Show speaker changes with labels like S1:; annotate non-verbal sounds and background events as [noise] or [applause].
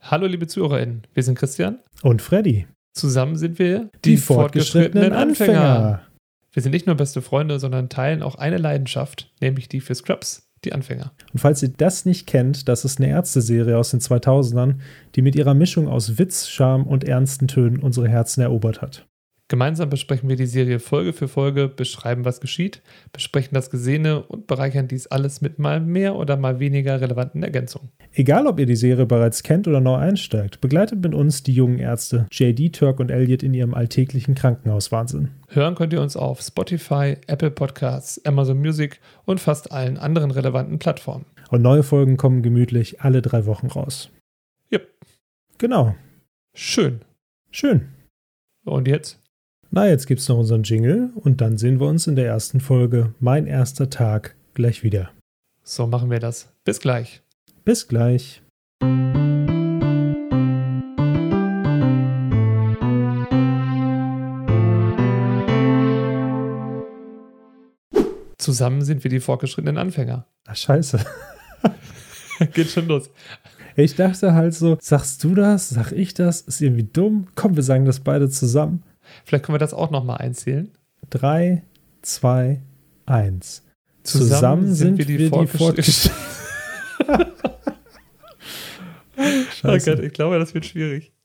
S1: Hallo, liebe ZuhörerInnen. Wir sind Christian.
S2: Und Freddy,
S1: Zusammen sind wir die, fortgeschrittenen Anfänger. Wir sind nicht nur beste Freunde, sondern teilen auch eine Leidenschaft, nämlich die für Scrubs, die Anfänger.
S2: Und falls ihr das nicht kennt, das ist eine Ärzteserie aus den 2000ern, die mit ihrer Mischung aus Witz, Charme und ernsten Tönen unsere Herzen erobert hat.
S1: Gemeinsam besprechen wir die Serie Folge für Folge, beschreiben, was geschieht, besprechen das Gesehene und bereichern dies alles mit mal mehr oder mal weniger relevanten Ergänzungen.
S2: Egal, ob ihr die Serie bereits kennt oder neu einsteigt, begleitet mit uns die jungen Ärzte JD, Turk und Elliot in ihrem alltäglichen Krankenhauswahnsinn.
S1: Hören könnt ihr uns auf Spotify, Apple Podcasts, Amazon Music und fast allen anderen relevanten Plattformen.
S2: Und neue Folgen kommen gemütlich alle drei Wochen raus.
S1: Jupp.
S2: Genau.
S1: Schön.
S2: Schön.
S1: Und jetzt?
S2: Na, jetzt gibt's noch unseren Jingle und dann sehen wir uns in der ersten Folge Mein erster Tag gleich wieder.
S1: So machen wir das. Bis gleich.
S2: Bis gleich.
S1: Zusammen sind wir die fortgeschrittenen Anfänger.
S2: Ach, scheiße.
S1: [laughs] Geht schon los.
S2: Ich dachte halt so, sagst du das? Sag ich das? Ist irgendwie dumm? Komm, wir sagen das beide zusammen.
S1: Vielleicht können wir das auch nochmal einzählen.
S2: Drei, zwei, eins. Zusammen sind wir
S1: [laughs]
S2: die
S1: fortgeschrittenen-
S2: Fortgeschrittenen.
S1: Oh
S2: Scheiße.
S1: Gott, ich Oh glaube, das wird schwierig.